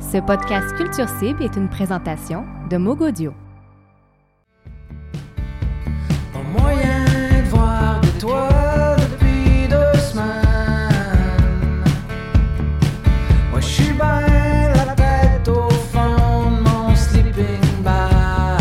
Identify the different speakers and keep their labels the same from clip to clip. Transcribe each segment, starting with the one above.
Speaker 1: Ce podcast Culture Cible est une présentation de Mogodio.
Speaker 2: Pas moyen de voir de toi depuis deux semaines. Moi, je suis bien la tête au fond de mon sleeping bag.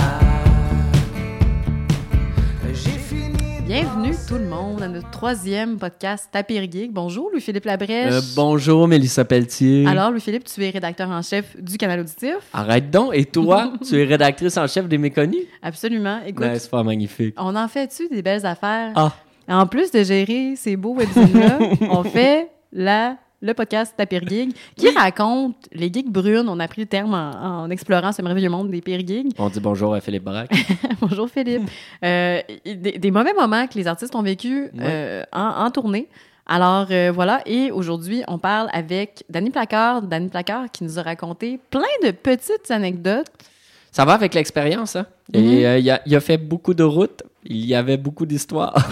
Speaker 2: J'ai fini. de
Speaker 3: Bienvenue
Speaker 2: penser-
Speaker 3: tout le monde à notre troisième podcast Tapir Geek. Bonjour Louis-Philippe Labrèche.
Speaker 4: Euh, bonjour, Mélissa Pelletier.
Speaker 3: Alors Louis-Philippe, tu es rédacteur en chef du canal auditif.
Speaker 4: Arrête donc. Et toi, tu es rédactrice en chef des Méconnus?
Speaker 3: Absolument. Écoute,
Speaker 4: Ben, c'est pas magnifique.
Speaker 3: on en fait-tu des belles affaires?
Speaker 4: Ah,
Speaker 3: En plus de gérer ces beaux webzines-là, on fait la, le podcast Tapir Geek qui raconte les geeks brunes. On a pris le terme en, en explorant ce merveilleux monde des pires geeks.
Speaker 4: on dit bonjour à Philippe Braque.
Speaker 3: Bonjour Philippe. Euh, des, des mauvais moments que les artistes ont vécu
Speaker 4: Ouais.
Speaker 3: euh, en, en tournée. Alors euh, voilà, et aujourd'hui, on parle avec Danny Placard. Danny Placard qui nous a raconté plein de petites anecdotes.
Speaker 4: Ça va avec l'expérience, hein? Et
Speaker 3: Mhm.
Speaker 4: euh, il, a, il a fait beaucoup de routes. Il y avait beaucoup d'histoires.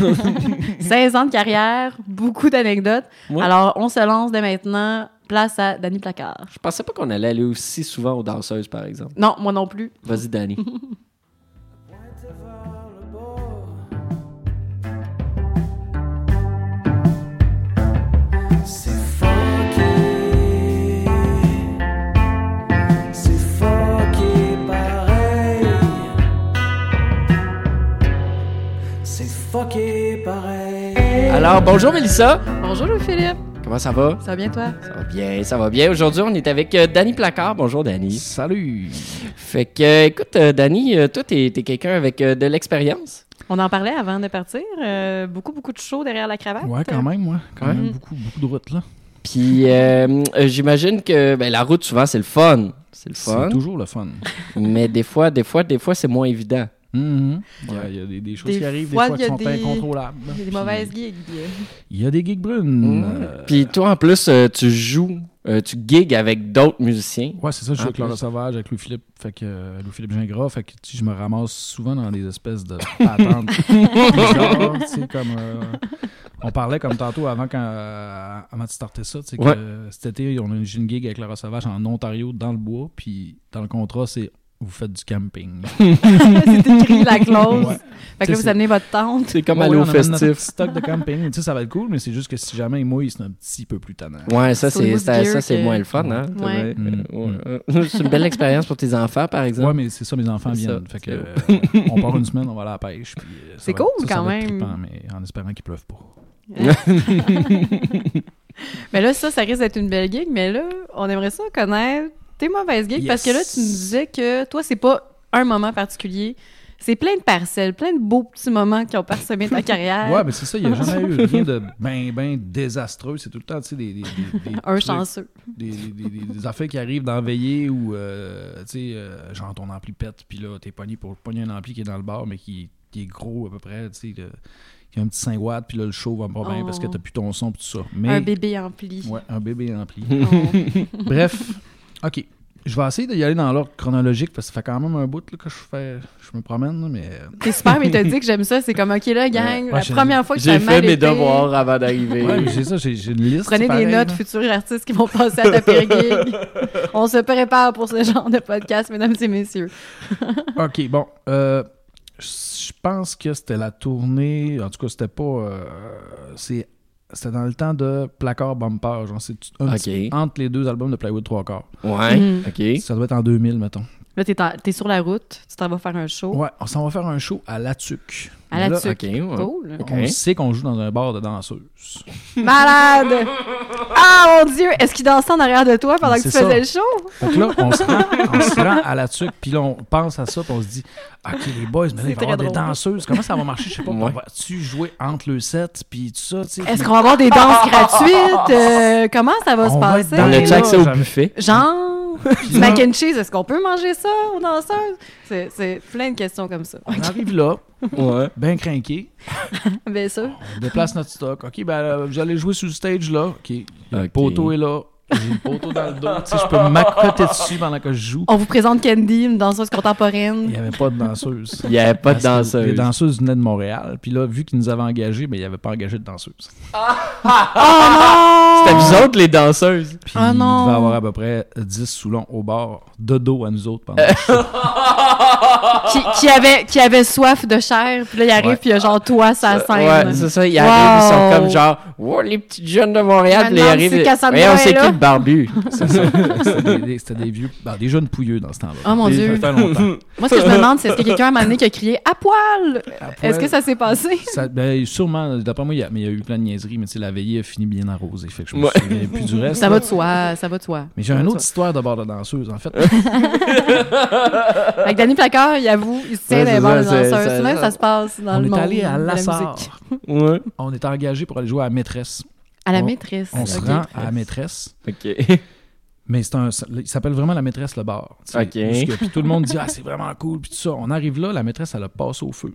Speaker 3: 16 ans de carrière, beaucoup d'anecdotes.
Speaker 4: Ouais.
Speaker 3: Alors on se lance dès maintenant. Place à Danny Placard.
Speaker 4: Je pensais pas qu'on allait aller aussi souvent aux danseuses, par exemple.
Speaker 3: Non, moi non plus.
Speaker 4: Vas-y, Danny.
Speaker 2: Pointe vers le bord. C'est funky, c'est funky pareil, c'est funky pareil.
Speaker 4: Alors, bonjour, Mélissa.
Speaker 3: Bonjour Louis-Philippe.
Speaker 4: Comment ça va?
Speaker 3: Ça va bien toi?
Speaker 4: Ça va bien, ça va bien. Aujourd'hui, on est avec euh, Danny Placard. Bonjour, Danny.
Speaker 5: Salut!
Speaker 4: Fait que, euh, écoute, euh, Danny, euh, toi, t'es t'es quelqu'un avec euh, de l'expérience.
Speaker 3: On en parlait avant de partir. euh, beaucoup, beaucoup de show derrière la cravate.
Speaker 5: Ouais, quand même, moi. Quand
Speaker 4: Ouais. Mm.
Speaker 5: même, beaucoup, beaucoup de routes, là.
Speaker 4: Puis euh, euh, j'imagine que ben, la route, souvent, c'est le fun. C'est le fun.
Speaker 5: C'est toujours le fun.
Speaker 4: Mais des fois, des fois, des fois, c'est moins évident.
Speaker 5: Mhm. Ouais, Il y a des, des choses
Speaker 3: Des
Speaker 5: qui arrivent,
Speaker 3: fois,
Speaker 5: des fois,
Speaker 3: il y
Speaker 5: qui
Speaker 3: a
Speaker 5: sont
Speaker 3: des-
Speaker 5: incontrôlables.
Speaker 3: Des
Speaker 5: Puis,
Speaker 3: mauvaises geeks.
Speaker 5: Il y a des gigs brunes. euh,
Speaker 4: Mm. Puis toi, en plus, euh, tu joues, euh, tu gigs avec d'autres musiciens.
Speaker 5: Ouais, c'est ça, je
Speaker 4: En
Speaker 5: suis avec
Speaker 4: plus.
Speaker 5: Laura Sauvage, avec Louis-Philippe, fait que euh, Louis-Philippe Gingras, fait que tu sais, je me ramasse souvent dans des espèces de patentes bizarres, tu sais, comme... euh, on parlait comme tantôt avant, quand, euh, avant de starter ça, tu sais,
Speaker 4: Ouais.
Speaker 5: que cet été, on a une, j'ai une gig avec Laura Sauvage en Ontario, dans le bois, puis dans le contrat, c'est « vous faites du camping ».
Speaker 3: C'est écrit la clause.
Speaker 5: Ouais.
Speaker 3: Fait que là,
Speaker 5: C'est-
Speaker 3: vous amenez votre tente.
Speaker 4: C'est comme
Speaker 5: Ouais,
Speaker 4: aller
Speaker 5: ouais,
Speaker 4: au
Speaker 5: on amène notre
Speaker 4: festif.
Speaker 5: petit stock de camping. tu sais, ça va être cool, mais c'est juste que si jamais il mouille, c'est un petit peu plus tannant.
Speaker 4: Ouais, ça,
Speaker 3: Sur le
Speaker 4: c'est
Speaker 3: mood
Speaker 4: ça,
Speaker 3: gear
Speaker 4: ça, c'est
Speaker 3: que-
Speaker 4: moins le fun, hein?
Speaker 3: Ouais.
Speaker 4: t'as vrai.
Speaker 5: Mm.
Speaker 4: Euh, ouais. Euh, c'est une belle expérience pour tes enfants, par exemple.
Speaker 5: Ouais, mais c'est ça, mes enfants
Speaker 4: C'est
Speaker 5: viennent.
Speaker 4: ça.
Speaker 5: Fait que, euh, on part une semaine, on va aller à la pêche. puis, euh, ça
Speaker 3: C'est
Speaker 5: va être-
Speaker 3: cool
Speaker 5: ça, ça
Speaker 3: quand
Speaker 5: va être
Speaker 3: même.
Speaker 5: trippant, mais en espérant qu'il pleuve pas.
Speaker 3: Mais là, ça, ça risque d'être une belle gig, mais là, on aimerait ça connaître tes mauvaises gigs,
Speaker 5: Yes.
Speaker 3: parce que là, tu nous disais que toi, c'est pas un moment particulier, c'est plein de parcelles, plein de beaux petits moments qui ont parsemé ta carrière.
Speaker 5: Ouais, ben, mais c'est ça, il n'y a jamais eu rien de ben, ben désastreux. C'est tout le temps, tu sais, des, des, des- des
Speaker 3: un
Speaker 5: trucs,
Speaker 3: chanceux.
Speaker 5: Des, des, des- des affaires qui arrivent dans la veillée où, euh, tu sais, euh, genre ton ampli pète, puis là, t'es pogné pour pogner un ampli qui est dans le bar, mais qui, qui est gros à peu près, tu sais, de- qui a un petit 5 watts, puis là, le show va pas bien parce que
Speaker 3: Oh.
Speaker 5: t'as plus ton son, puis tout ça. Mais,
Speaker 3: Un bébé ampli.
Speaker 5: Ouais, un bébé ampli.
Speaker 3: Oh.
Speaker 5: Bref, OK. Je vais essayer d'y aller dans l'ordre chronologique parce que ça fait quand même un bout là, que je fais. Je me promène, là, mais.
Speaker 3: T'es super méthodique, j'aime ça. C'est comme, OK, là, gang,
Speaker 5: Ouais,
Speaker 3: la
Speaker 5: j'ai-
Speaker 3: première fois que
Speaker 4: J'ai
Speaker 3: t'as
Speaker 4: fait
Speaker 3: mal
Speaker 4: mes
Speaker 3: été,
Speaker 4: devoirs avant d'arriver.
Speaker 5: Ouais, mais c'est ça, j'ai j'ai une liste.
Speaker 3: Prenez
Speaker 5: pareil,
Speaker 3: des notes,
Speaker 5: là.
Speaker 3: futurs artistes qui vont passer à ta pire gig. On se prépare pour ce genre de podcast, mesdames et messieurs.
Speaker 5: OK, bon. euh, je pense que c'était la tournée. En tout cas, c'était pas. euh, c'est- c'était dans le temps de Placard Bumper. Genre, c'est un
Speaker 4: OK.
Speaker 5: petit- entre les deux albums de Plywood 3 quarts.
Speaker 4: Ouais,
Speaker 3: Mhm.
Speaker 4: ok.
Speaker 5: Ça doit être en 2000, mettons.
Speaker 3: Là, t'es, en- t'es sur la route, tu t'en vas faire un show.
Speaker 5: Ouais, on s'en va faire un show à La Tuque.
Speaker 3: À la Oh.
Speaker 5: Mais là,
Speaker 3: Tuque.
Speaker 4: Ok, ouais.
Speaker 3: Cool.
Speaker 5: On sait qu'on joue dans un bar de danseuses.
Speaker 3: Malade! Ah mon Dieu! Est-ce qu'il dansait en arrière de toi pendant que tu
Speaker 5: C'est
Speaker 3: faisais
Speaker 5: ça.
Speaker 3: le show?
Speaker 5: Fait que là, on se rend, on se rend à la tuque, puis là, on pense à ça, puis on se dit, OK, les boys, mais là,
Speaker 3: C'est
Speaker 5: il va y avoir
Speaker 3: très
Speaker 5: des
Speaker 3: drôle.
Speaker 5: danseuses. Comment ça va marcher? Je sais pas.
Speaker 4: Ouais.
Speaker 5: tu jouer entre le set, puis tout ça, tu sais?
Speaker 3: Est-ce qu'on va avoir des danses gratuites? Euh, comment ça va
Speaker 5: On
Speaker 3: se
Speaker 5: va être
Speaker 3: passer?
Speaker 4: On
Speaker 5: dans
Speaker 4: a-tu
Speaker 5: là,
Speaker 4: accès au
Speaker 5: j'avais-
Speaker 4: buffet?
Speaker 3: Genre, du mac and cheese, est-ce qu'on peut manger ça aux danseuses? C'est, c'est plein de questions comme ça.
Speaker 5: On arrive là,
Speaker 4: Ouais.
Speaker 5: bien craqué,
Speaker 3: Bien sûr.
Speaker 5: on déplace notre stock. OK, ben, euh, vous allez jouer sur le stage, là. OK, le
Speaker 4: OK.
Speaker 5: poteau est là, J'ai le poteau dans le dos. tu sais, Je peux m'accoter dessus pendant que je joue.
Speaker 3: On vous présente Candy, une danseuse contemporaine.
Speaker 5: Il n'y avait pas de danseuse.
Speaker 4: Il n'y avait pas de
Speaker 5: Parce que Les
Speaker 4: danseuse.
Speaker 5: danseuses venaient de Montréal. Puis là, vu qu'ils nous avaient engagés, mais il n'y avait pas engagé de danseuse.
Speaker 3: Ah
Speaker 4: C'était vous autres, les danseuses.
Speaker 5: Puis
Speaker 3: Ah
Speaker 5: il devait
Speaker 3: non.
Speaker 5: avoir à peu près 10 soulons au bord, de dos à nous autres.
Speaker 4: Euh,
Speaker 5: Pendant...
Speaker 3: qui, qui avait, qui avait soif de chair. Puis là, il arrive,
Speaker 5: Ouais.
Speaker 3: puis il y a genre toi, sa scène.
Speaker 4: Ouais, c'est ça. Ils arrivent, ils sont
Speaker 3: Wow.
Speaker 4: comme genre, wow, les petites jeunes de Montréal. Puis là,
Speaker 3: Maintenant,
Speaker 4: ils
Speaker 3: c'est
Speaker 4: arrivent.
Speaker 3: Cassandra
Speaker 4: Voyons,
Speaker 3: est
Speaker 4: c'est
Speaker 3: là.
Speaker 4: qui le barbu?
Speaker 5: C'est ça. C'était des, c'était des vieux, ben, des jeunes pouilleux dans ce temps-là.
Speaker 3: Oh mon
Speaker 5: Ça
Speaker 3: Dieu.
Speaker 5: fait longtemps.
Speaker 3: Moi, ce que je me demande, c'est est-ce que quelqu'un à un moment donné qui a crié à poil Est-ce que ça s'est passé
Speaker 5: Ça- ben, sûrement, d'après moi, il y, a, mais il y a eu plein de niaiseries, mais tu sais, la veillée a fini bien arrosée. Fait que je me
Speaker 4: Ouais.
Speaker 5: souviens plus du reste.
Speaker 3: Ça
Speaker 5: là.
Speaker 3: va de soi, ça va de soi.
Speaker 5: Mais j'ai une autre histoire de bord de danseuse, en fait.
Speaker 3: Avec Danny Placard, il avoue, il se tient
Speaker 4: Ouais,
Speaker 3: dans
Speaker 4: c'est
Speaker 3: les bords
Speaker 4: ça,
Speaker 3: des
Speaker 4: c'est-
Speaker 3: danseurs.
Speaker 4: ça-
Speaker 3: Souvent, ça se passe dans
Speaker 5: On
Speaker 3: le
Speaker 5: est
Speaker 3: monde.
Speaker 5: allé à
Speaker 3: de la
Speaker 5: Lassar.
Speaker 3: musique.
Speaker 4: Ouais.
Speaker 5: On est engagé pour aller jouer à la maîtresse.
Speaker 3: À la
Speaker 5: On-
Speaker 3: maîtresse.
Speaker 5: On se
Speaker 3: ok.
Speaker 5: rend à la maîtresse.
Speaker 4: OK.
Speaker 5: Mais c'est un, ça- il s'appelle vraiment la maîtresse le bar. tu sais.
Speaker 4: Ok.
Speaker 5: Parce que- Puis tout le monde dit ah c'est vraiment cool puis tout ça. On arrive là, la maîtresse elle a passé au feu.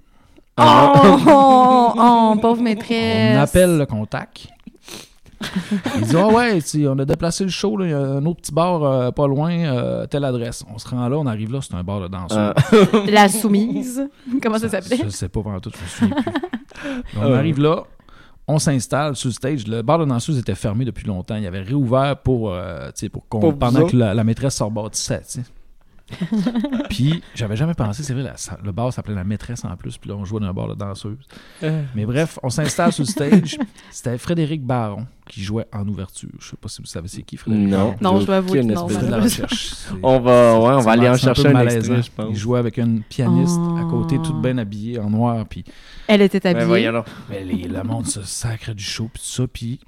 Speaker 3: Oh, oh, oh, pauvre maîtresse.
Speaker 5: On appelle le contact. Il dit ah ouais, tu sais, on a déplacé le show là, il y a un autre petit bar euh, pas loin, euh, telle adresse. On se rend là, on arrive là, c'est un bar de danseurs.
Speaker 4: Euh,
Speaker 3: La soumise. Comment ça s'appelait?
Speaker 5: Je sais pas pendant tout, je me souviens plus. Mais
Speaker 4: Euh.
Speaker 5: on arrive là, on s'installe sur le stage. Le bar de danseuses était fermé depuis longtemps. Il avait réouvert pour, euh, tu sais, pour qu'on-
Speaker 4: Pour vous
Speaker 5: pendant
Speaker 4: autres.
Speaker 5: que la, la maîtresse s'en rebâtissait. tu sais. puis j'avais jamais pensé, c'est vrai, la sa- le bar s'appelait la maîtresse en plus, puis là on jouait dans un bar de danseuses.
Speaker 4: Euh.
Speaker 5: Mais bref, on s'installe sur le stage. C'était Frédéric Baron qui jouait en ouverture. Je sais pas si vous savez c'est qui Frédéric
Speaker 4: Non.
Speaker 5: Baron.
Speaker 3: Non, je dois
Speaker 4: aucune
Speaker 3: avouer que non,
Speaker 5: Il
Speaker 4: espèce
Speaker 5: fait de la
Speaker 4: de-
Speaker 3: malheureusement.
Speaker 5: recherche. C'est-
Speaker 4: On va, ouais, on va
Speaker 5: c'est
Speaker 4: aller en
Speaker 5: mal- c'est un peu
Speaker 4: chercher un
Speaker 5: malaisant.
Speaker 4: extrait, je pense.
Speaker 5: Il jouait avec une pianiste à côté,
Speaker 3: Oh.
Speaker 5: toute bien habillée, en noir, puis
Speaker 3: Elle était
Speaker 4: Ben,
Speaker 3: habillée.
Speaker 4: voyons donc.
Speaker 5: Mais les, le monde se sacre du show, puis tout ça, puis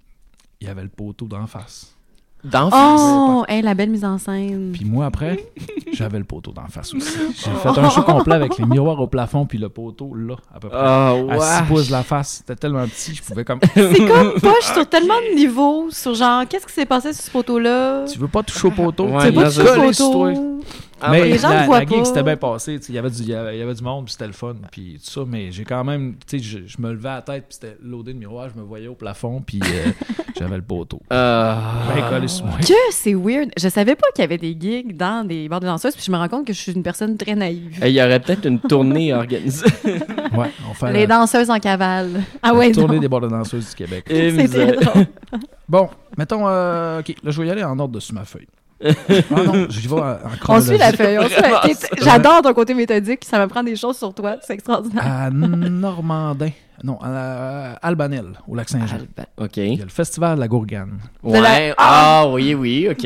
Speaker 5: il y avait le poteau d'en face.
Speaker 4: D'en face.
Speaker 3: Oh, hey, la belle mise en scène.
Speaker 5: Puis moi, après, j'avais le poteau d'en face aussi. J'ai fait un show complet avec les miroirs au plafond, puis le poteau là, à peu près.
Speaker 4: Oh,
Speaker 5: À
Speaker 3: Ah,
Speaker 5: 6
Speaker 4: ouais.
Speaker 5: pouces de la face, c'était tellement petit, je pouvais comme.
Speaker 3: C'est comme poche sur tellement de niveaux, sur genre, qu'est-ce qui s'est passé sur ce poteau-là?
Speaker 5: Tu veux pas toucher au poteau?
Speaker 4: Ouais,
Speaker 5: tu
Speaker 3: veux
Speaker 4: non,
Speaker 5: veux pas
Speaker 4: c'est
Speaker 5: toucher
Speaker 4: ça.
Speaker 5: au poteau?
Speaker 4: Ah,
Speaker 5: mais
Speaker 4: ouais.
Speaker 3: Les gens
Speaker 5: la,
Speaker 3: le voient
Speaker 5: la gig
Speaker 3: pas.
Speaker 5: c'était bien passé, tu sais, il y avait du il y avait, il y avait du monde, puis c'était le fun, puis tout ça, mais j'ai quand même, tu sais, je, je me levais à la tête, puis c'était loadé de miroir, je me voyais au plafond, puis euh, j'avais le poteau.
Speaker 4: Ah.
Speaker 5: Ben collé sur moi.
Speaker 3: Que Euh, c'est weird. Je savais pas qu'il y avait des gigs dans des bars de danseuses, puis je me rends compte que je suis une personne très naïve.
Speaker 4: Eh, Il y aurait peut-être une tournée organisée.
Speaker 5: Ouais, on fait
Speaker 3: Les
Speaker 5: la-
Speaker 3: danseuses en cavale. Ah
Speaker 5: la
Speaker 3: ouais,
Speaker 5: tournée
Speaker 3: non.
Speaker 5: des bords de danseuses du Québec.
Speaker 4: Et
Speaker 3: C'est
Speaker 4: vous
Speaker 3: très
Speaker 4: avez-
Speaker 3: drôle.
Speaker 5: Bon, mettons, euh, ok, là je vais y aller en ordre dessus ma feuille. ah non, j'y vais en- en
Speaker 3: On
Speaker 5: chronologie.
Speaker 3: suit la feuille. on suit la- t'es- J'adore ton côté méthodique, ça m'apprend des choses sur toi, c'est extraordinaire.
Speaker 5: À Normandin, non, à Albanel, au lac
Speaker 3: Ah,
Speaker 5: Saint-Jean.
Speaker 4: OK.
Speaker 5: Il y a le festival de la Gourgane.
Speaker 4: Ouais.
Speaker 3: la-
Speaker 4: Ah, oui, oui, OK.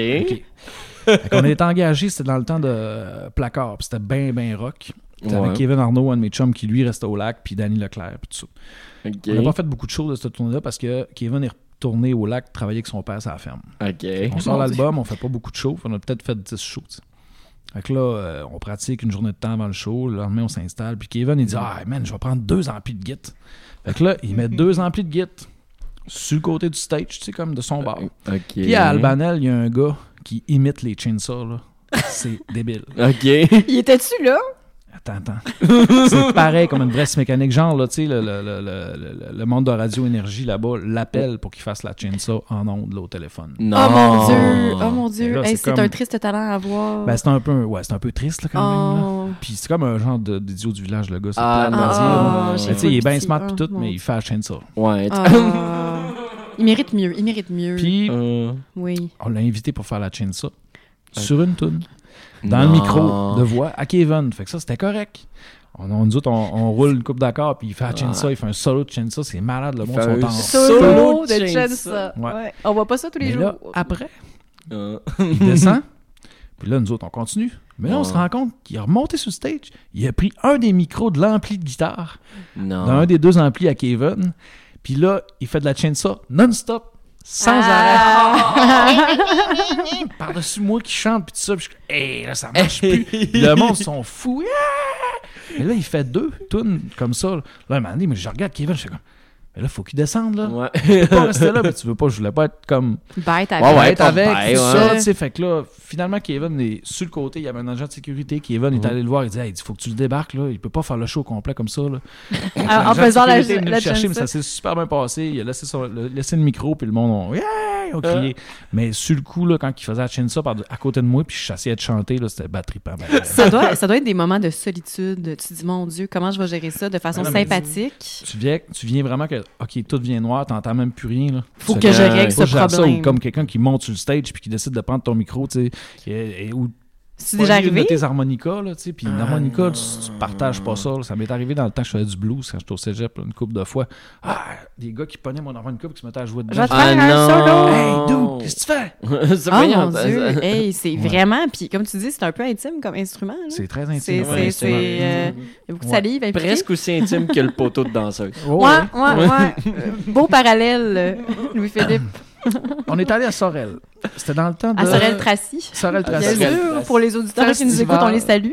Speaker 5: on est engagé, c'était dans le temps de euh, Placard, puis c'était ben ben rock. C'était
Speaker 4: Ouais.
Speaker 5: avec Kevin Arnaud, un de mes chums, qui lui restait au lac, puis Danny Leclerc, puis tout ça.
Speaker 4: OK.
Speaker 5: On n'a pas fait beaucoup de choses de cette tournée-là parce que Kevin est retourné au lac travailler avec son père à la ferme.
Speaker 4: OK.
Speaker 5: On sort
Speaker 3: Mon
Speaker 5: l'album, on fait pas beaucoup de shows. On a peut-être fait 10 shows. tu sais. Fait que là, euh, on pratique une journée de temps avant le show. Le lendemain, on s'installe. Puis Kevin, il dit Ah, man, je vais prendre deux amplis de git. Fait que là, il met deux amplis de git sur le côté du stage, tu sais, comme de son bar.
Speaker 4: OK.
Speaker 5: Puis à Albanel, il y a un gars qui imite les chainsaws, là. C'est débile.
Speaker 4: OK.
Speaker 3: Il était-tu là?
Speaker 5: Attends, attends. C'est pareil comme une brasse mécanique. Genre, là, tu sais, le, le- le- le- le- le monde de Radio Énergie là-bas l'appelle pour qu'il fasse la chainsaw en ondes, là, au téléphone.
Speaker 4: Non.
Speaker 3: Oh mon Dieu! Oh mon Dieu!
Speaker 5: là,
Speaker 3: Hey,
Speaker 5: c'est
Speaker 3: c'est
Speaker 5: comme-
Speaker 3: un triste talent à voir.
Speaker 5: Ben, c'est un peu, ouais, c'est un peu triste, là, quand même. là.
Speaker 3: oh.
Speaker 5: Puis c'est comme un genre de- d'idiot du village, le gars. c'est
Speaker 4: Ah,
Speaker 5: plate à
Speaker 4: non.
Speaker 5: dire,
Speaker 4: Ah,
Speaker 5: mais
Speaker 4: j'ai
Speaker 5: tu sais, il est bien smart
Speaker 3: Ah,
Speaker 5: pis tout,
Speaker 3: mon
Speaker 5: mais
Speaker 3: Dieu.
Speaker 5: il fait la chaîne ça.
Speaker 4: Ouais.
Speaker 3: Ah. il mérite mieux, il mérite mieux.
Speaker 5: Puis
Speaker 3: Ah.
Speaker 4: Euh,
Speaker 3: oui.
Speaker 5: on l'a invité pour faire la chaîne ça. Sur une toune. Dans le micro, de voix, à Kevin. Fait que ça, c'était correct. On, on, nous autres, on, on roule une coupe d'accord, puis il fait la chaîne ça, il fait un solo de chaîne ça, c'est malade, le
Speaker 4: Il
Speaker 5: monde
Speaker 4: fait
Speaker 5: sont
Speaker 4: un
Speaker 5: en-
Speaker 4: Solo
Speaker 3: Solo
Speaker 4: de
Speaker 3: de
Speaker 4: chainsaw.
Speaker 3: Chainsaw.
Speaker 5: Ouais.
Speaker 3: Ouais. On voit pas ça tous les
Speaker 5: Mais
Speaker 3: jours.
Speaker 5: là, après,
Speaker 4: Euh,
Speaker 5: il descend, puis là, nous autres, on continue. Mais là, on
Speaker 4: Ouais.
Speaker 5: se rend compte qu'il est remonté sur le stage, il a pris un des micros de l'ampli de guitare,
Speaker 4: non.
Speaker 5: dans un des deux amplis à Kevin. Puis là, il fait de la chainsaw non-stop, sans arrêt. Par-dessus moi qui chante, puis tout ça. Puis je suis comme, hey, là, ça marche plus. Le monde sont fous. Ah! Mais là, il fait deux tunes comme ça. Là, il m'a dit, mais je regarde Kevin, je suis comme, Mais là, faut qu'il descende, là.
Speaker 4: Ouais.
Speaker 5: Tu peux pas rester là, mais tu veux pas, je voulais pas être comme.
Speaker 3: Bête à
Speaker 4: Ouais, ouais,
Speaker 5: être
Speaker 4: ton
Speaker 5: avec,
Speaker 4: père,
Speaker 5: tout
Speaker 4: ouais.
Speaker 5: ça, tu sais. Fait que là, finalement, Kevin est sur le côté, il y avait un agent de sécurité. Kevin est
Speaker 4: Ouais.
Speaker 5: allé le voir, il dit, hey, il faut que tu le débarques, là. Il peut pas faire le show complet comme ça, là.
Speaker 3: Ah, En, en
Speaker 5: L'agent de
Speaker 3: faisant la,
Speaker 5: sécurité est venu
Speaker 3: la
Speaker 5: le chercher, mais
Speaker 3: chanson.
Speaker 5: ça s'est super bien passé. Il a laissé, son- le, laissé le micro, puis le monde ont, yeah! ont
Speaker 3: Ah.
Speaker 5: crié. Mais sur le coup, là, quand il faisait la chinsa par- à côté de moi, puis je chassais à te chanter, là, c'était batterie par
Speaker 3: Ça doit, ça doit être des moments de solitude. Tu te dis, mon Dieu, comment je vais gérer ça de façon
Speaker 5: Ouais, Ah non, mais-
Speaker 3: sympathique?
Speaker 5: tu viens, tu viens vraiment que, OK, tout vient noir, t'entends même plus rien. Là.
Speaker 3: Faut
Speaker 5: Tu
Speaker 3: que
Speaker 5: fais
Speaker 3: je
Speaker 5: comme,
Speaker 3: règle
Speaker 5: faut
Speaker 3: ce
Speaker 5: que je gère ça,
Speaker 3: problème.
Speaker 5: Ou comme quelqu'un qui monte sur le stage puis qui décide de prendre ton micro, tu sais. qui est- et- Ou
Speaker 3: C'est déjà
Speaker 5: pogner une
Speaker 3: arrivé? Ah.
Speaker 5: de tes harmonicas, là, tu sais. Puis une harmonica, tu, tu partages pas ça. là. Ça m'est arrivé dans le temps que je faisais du blues quand j'étais au cégep, là, une couple de fois. Ah, des gars qui pognaient mon harmonica puis qui se mettaient à jouer
Speaker 3: Je vais
Speaker 5: dedans.
Speaker 3: te faire un
Speaker 4: Ah,
Speaker 3: solo!
Speaker 5: Hey,
Speaker 4: non.
Speaker 5: dude, qu'est-ce que tu fais?
Speaker 4: c'est
Speaker 3: Oh
Speaker 4: voyant,
Speaker 3: mon
Speaker 4: ça-
Speaker 3: Dieu!
Speaker 4: ça-
Speaker 3: Hey, c'est vraiment... Puis comme tu dis, c'est un peu intime comme instrument. là.
Speaker 5: C'est très
Speaker 3: C'est...
Speaker 5: intime.
Speaker 3: c'est-
Speaker 4: Ouais,
Speaker 3: c'est, euh,
Speaker 4: c'est-
Speaker 3: Il y a beaucoup de
Speaker 5: Ouais.
Speaker 3: salive impliquée.
Speaker 4: Presque aussi intime que le poteau de danseuse.
Speaker 5: Oh,
Speaker 3: Ouais,
Speaker 5: ouais.
Speaker 3: ouais, ouais. Euh, Beau parallèle, euh, Louis-Philippe.
Speaker 5: On est allé à Sorel. C'était dans le temps de...
Speaker 3: À Ah, Sorel-Tracy.
Speaker 5: Sorel
Speaker 4: À
Speaker 3: Bien
Speaker 5: Tracy.
Speaker 4: Sorel.
Speaker 3: sûr, pour les auditeurs qui nous
Speaker 5: Festival.
Speaker 3: écoutent, on les salue.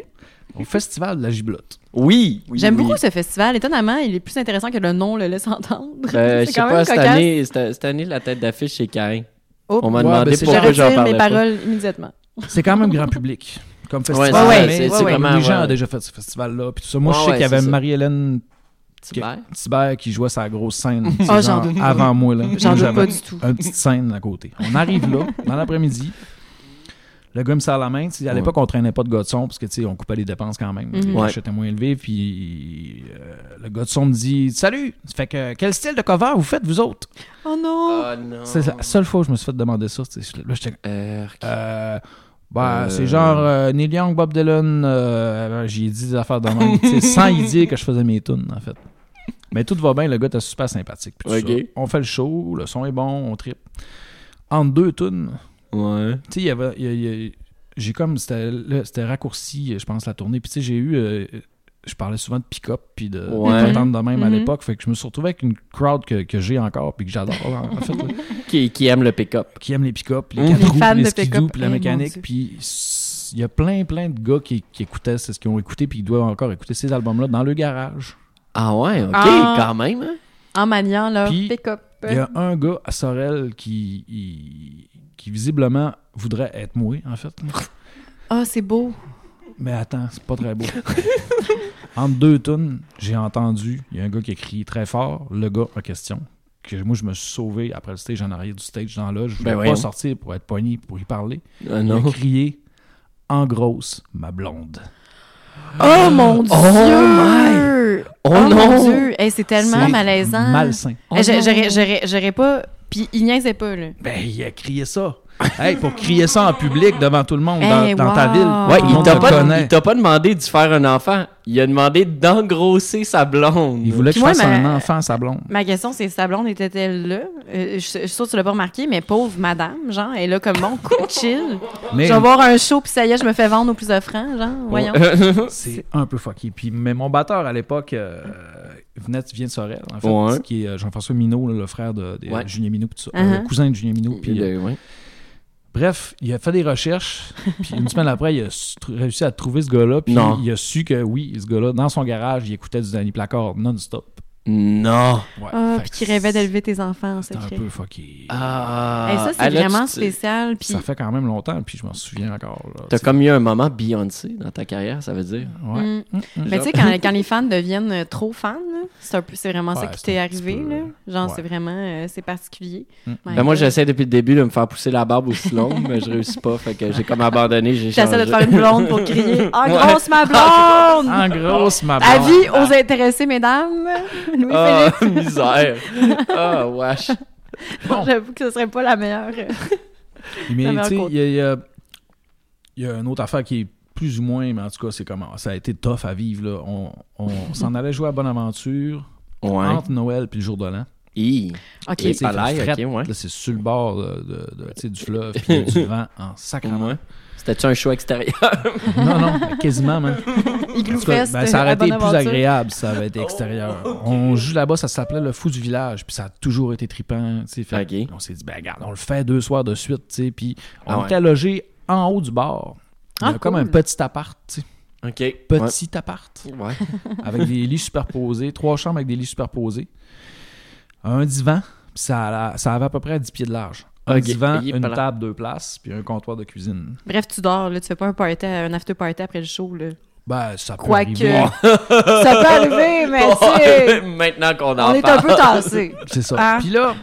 Speaker 5: Au festival de la giblotte.
Speaker 4: Oui. oui,
Speaker 3: J'aime
Speaker 4: oui.
Speaker 3: beaucoup ce festival. Étonnamment, il est plus intéressant que le nom le laisse entendre.
Speaker 4: Ben,
Speaker 3: C'est
Speaker 4: je sais
Speaker 3: quand
Speaker 4: pas,
Speaker 3: même
Speaker 4: cette
Speaker 3: cocasse.
Speaker 4: année, cette, cette année, la tête d'affiche, c'est Cain.
Speaker 3: Oh,
Speaker 4: On m'a
Speaker 5: Ouais,
Speaker 4: demandé
Speaker 5: ben, c'est-
Speaker 3: Je
Speaker 4: pourquoi j'en
Speaker 3: retire
Speaker 4: parlais
Speaker 3: mes
Speaker 4: pas.
Speaker 3: paroles immédiatement.
Speaker 5: C'est quand même grand public comme festival.
Speaker 3: Ouais, ouais,
Speaker 5: mais
Speaker 3: c'est- c'est
Speaker 5: comme
Speaker 4: vraiment,
Speaker 5: les gens
Speaker 4: ouais.
Speaker 5: ont déjà fait ce festival-là. Puis tout ça. Moi,
Speaker 4: Ouais,
Speaker 5: je sais
Speaker 4: ouais,
Speaker 5: qu'il y
Speaker 4: c'est
Speaker 5: avait
Speaker 4: ça.
Speaker 5: Marie-Hélène
Speaker 4: Tibère.
Speaker 5: Tibert qui jouait sa grosse scène tu sais,
Speaker 3: Ah, j'en
Speaker 5: genre,
Speaker 3: doute pas.
Speaker 5: avant moi. là.
Speaker 3: J'en doute
Speaker 5: J'avais
Speaker 3: pas du tout.
Speaker 5: Une petite scène à côté. On arrive là, dans l'après-midi. Le gars me serre la main. tu sais, À
Speaker 4: Ouais.
Speaker 5: l'époque, on traînait pas de gars de son parce que, tu sais, on coupait les dépenses quand même.
Speaker 3: Mhm.
Speaker 5: Les
Speaker 4: Ouais.
Speaker 5: cachets étaient moins élevés. Puis euh, le gars de son me dit Salut Fait que, quel style de cover vous faites, vous autres
Speaker 3: Oh non!
Speaker 4: Ah, non.
Speaker 5: C'est la seule fois que je me suis fait demander ça. tu sais, Là, j'étais
Speaker 4: Euh,
Speaker 5: euh, ben,
Speaker 4: Euh.
Speaker 5: c'est genre euh, Neil Young, Bob Dylan, euh, ben, j'y ai dit des affaires de même, tu sais, sans y dire que je faisais mes tunes, en fait. Mais tout va bien, le gars était super sympathique. puis tout
Speaker 4: Ok.
Speaker 5: ça. On fait le show, le son est bon, on tripe. Entre deux tunes,
Speaker 4: Ouais.
Speaker 5: tu sais, il y avait. il y a- il y a- j'ai comme. C'était là, c'était raccourci, je pense, la tournée. Puis, tu sais, j'ai eu. euh, je parlais souvent de pick-up puis de
Speaker 4: Ouais.
Speaker 5: d'entendre de même à
Speaker 3: Mhm.
Speaker 5: l'époque. Fait que je me suis retrouvé avec une crowd que, que j'ai encore puis que j'adore, en fait. là
Speaker 4: Qui, qui aime le pick-up.
Speaker 5: qui aiment les pick-up, les
Speaker 4: Mmh.
Speaker 5: quatre
Speaker 3: Les
Speaker 5: roues,
Speaker 3: fans
Speaker 5: les
Speaker 3: de
Speaker 5: skidoo,
Speaker 3: pick-up.
Speaker 5: puis la
Speaker 3: Eh, mon Dieu.
Speaker 5: mécanique, puis s- il y a plein, plein de gars qui, qui écoutaient, c'est ce qu'ils ont écouté, puis ils doivent encore écouter ces albums-là dans le garage.
Speaker 4: Ah ouais, ok,
Speaker 3: Ah.
Speaker 4: quand même. hein.
Speaker 3: En maniant leur
Speaker 5: Puis,
Speaker 3: pick-up.
Speaker 5: Il y a un gars à Sorel qui, il- qui visiblement voudrait être moué, en fait.
Speaker 3: Ah, c'est beau.
Speaker 5: Mais attends, c'est pas très beau. Entre deux tonnes, j'ai entendu, il y a un gars qui a crié très fort, le gars en question. Que moi, je me suis sauvé après le stage en arrière du stage dans l'âge. Je voulais
Speaker 4: Ben
Speaker 5: pas
Speaker 4: voyons.
Speaker 5: sortir pour être pogné, pour y parler.
Speaker 4: Ah
Speaker 5: Il a
Speaker 4: non.
Speaker 5: crié en grosse, ma blonde. Ah.
Speaker 3: Oh mon dieu!
Speaker 4: my!
Speaker 3: Oh,
Speaker 4: Oh
Speaker 3: mon
Speaker 4: non!
Speaker 3: dieu! Hey, c'est tellement
Speaker 5: C'est
Speaker 3: malaisant.
Speaker 5: Malsain. Oh
Speaker 3: Hey, j'ai- j'aurais- J'aurais j'aurais pas... Puis il niaisait pas, là.
Speaker 5: Ben, il a crié ça. Hey, pour crier ça en public devant tout le monde dans,
Speaker 3: Hey,
Speaker 5: dans ta
Speaker 3: Eh, wow.
Speaker 5: ville.
Speaker 3: Ouais,
Speaker 5: Ah.
Speaker 3: il
Speaker 5: tout le monde
Speaker 4: t'a
Speaker 5: te
Speaker 4: pas,
Speaker 5: connaît.
Speaker 4: il t'a pas demandé de se faire un enfant. Il a demandé d'engrosser sa blonde.
Speaker 5: Il voulait que je
Speaker 3: Puis ouais,
Speaker 5: fasse
Speaker 3: mais-
Speaker 5: un enfant à sa blonde.
Speaker 3: Ma question, c'est sa blonde était-elle là? Euh, je, je suis sûre que tu l'as pas remarqué, mais pauvre madame, genre, elle est là comme mon coup chill.
Speaker 5: Mais
Speaker 3: Je vais voir un show, puis ça y est, je me fais vendre au plus offrant, genre, voyons.
Speaker 4: Oh.
Speaker 5: c'est un peu fucky. Puis, mais mon batteur à l'époque euh, venait vient de Sorel, en fait,
Speaker 4: Ouais.
Speaker 5: qui est euh, Jean-François Minot, là, le frère de, de
Speaker 4: Ouais.
Speaker 5: Julien Minot, puis tout ça,
Speaker 3: Uh-huh.
Speaker 5: euh, cousin de Julien Minot.
Speaker 4: Puis
Speaker 5: Puis, euh,
Speaker 4: le- ouais.
Speaker 5: Bref, il a fait des recherches, puis une semaine après, il a su- tr- réussi à trouver ce gars-là, puis
Speaker 4: Non.
Speaker 5: il a su que oui, ce gars-là, dans son garage, il écoutait du Danny Placard non-stop.
Speaker 4: Non.
Speaker 5: Ouais,
Speaker 3: Ah,
Speaker 5: fait
Speaker 3: puis
Speaker 5: que
Speaker 3: qui rêvait d'élever tes enfants en
Speaker 5: C'est un
Speaker 3: secret.
Speaker 5: peu fucky.
Speaker 4: Ah.
Speaker 3: Hey, Eh, ça, c'est
Speaker 4: Ah, là,
Speaker 3: vraiment
Speaker 4: tu-
Speaker 3: spécial. Puis
Speaker 5: Ça fait quand même longtemps, puis je m'en souviens encore. là.
Speaker 4: T'as
Speaker 5: C'est-
Speaker 4: comme eu un moment Beyoncé dans ta carrière, ça veut dire.
Speaker 5: Ouais.
Speaker 3: Mm.
Speaker 5: Mm, mm.
Speaker 3: Mais tu sais, quand, quand les fans deviennent euh, trop fans, là, c'est un peu- c'est vraiment ça
Speaker 5: Ouais,
Speaker 3: qui
Speaker 5: c'est
Speaker 3: t'est
Speaker 5: un petit
Speaker 3: arrivé.
Speaker 5: peu,
Speaker 3: là. Genre,
Speaker 5: ouais.
Speaker 3: c'est vraiment euh, c'est particulier.
Speaker 5: Mm.
Speaker 3: My
Speaker 4: Ben moi,
Speaker 3: God.
Speaker 4: j'essaie depuis le début de me faire pousser la barbe aussi longue, mais je réussis pas. Fait que j'ai comme abandonné, j'ai changé.
Speaker 3: J'essaie de te faire une blonde pour crier Ah,
Speaker 4: Ouais.
Speaker 3: grosse ma blonde Ah,
Speaker 5: En grosse, ma blonde.
Speaker 3: Avis aux intéressés, mesdames.
Speaker 4: Ah,
Speaker 3: Louis-Philippe,
Speaker 4: misère. Ah, wesh.
Speaker 5: bon.
Speaker 3: j'avoue que ce serait pas la meilleure. euh,
Speaker 5: Mais
Speaker 3: Non, mais
Speaker 5: tu sais,
Speaker 3: en
Speaker 5: il y, a- il y a- il y a une autre affaire qui est plus ou moins, mais en tout cas, c'est comment ça a été tough à vivre. Là. On, on s'en allait jouer à Bonaventure
Speaker 4: Ouais.
Speaker 5: entre Noël puis le jour de l'an.
Speaker 4: Hi.
Speaker 3: OK.
Speaker 4: Et
Speaker 5: Tu sais, il fait
Speaker 4: palais,
Speaker 5: fret,
Speaker 4: ok, ouais.
Speaker 5: là, C'est sur le bord de- de- de- tu sais, du fleuve, puis il y a du vent en sacrement.
Speaker 4: Ouais. C'était-tu un show extérieur?
Speaker 5: Non, non, mais quasiment, man. En
Speaker 3: Igloo
Speaker 5: tout cas,
Speaker 3: Fest,
Speaker 5: ben, ça aurait
Speaker 3: à
Speaker 5: été plus
Speaker 3: Bonaventure.
Speaker 5: agréable si ça avait été extérieur.
Speaker 4: Oh,
Speaker 5: On joue là-bas, ça s'appelait le fou du village, puis ça a toujours été trippant. tu sais, fait
Speaker 4: Ok.
Speaker 5: On s'est dit, ben regarde, on le fait deux soirs de suite, tu sais, puis on
Speaker 4: Ah ouais.
Speaker 5: était logé en haut du bar. Il y
Speaker 3: Ah,
Speaker 5: a comme un
Speaker 3: cool.
Speaker 5: petit appart, tu sais,
Speaker 4: OK.
Speaker 5: petit appart,
Speaker 4: Ouais. Ouais.
Speaker 5: avec des lits superposés, trois chambres avec des lits superposés. un divan, puis ça, a- ça avait à peu près 10 pieds de large. Un
Speaker 4: Ok.
Speaker 5: divan,
Speaker 4: Yip
Speaker 5: une
Speaker 4: là.
Speaker 5: table, deux places, puis un comptoir de cuisine.
Speaker 3: Bref, tu dors, là, tu fais pas un party, un after party après le show, là.
Speaker 5: Ben, ça peut
Speaker 3: Quoique,
Speaker 5: arriver. Ah.
Speaker 3: ça peut arriver, mais tu sais,
Speaker 4: Maintenant qu'on
Speaker 3: on
Speaker 4: en
Speaker 3: est un
Speaker 4: parle.
Speaker 3: peu tassé.
Speaker 5: C'est ça.
Speaker 3: Ah.
Speaker 5: Puis là,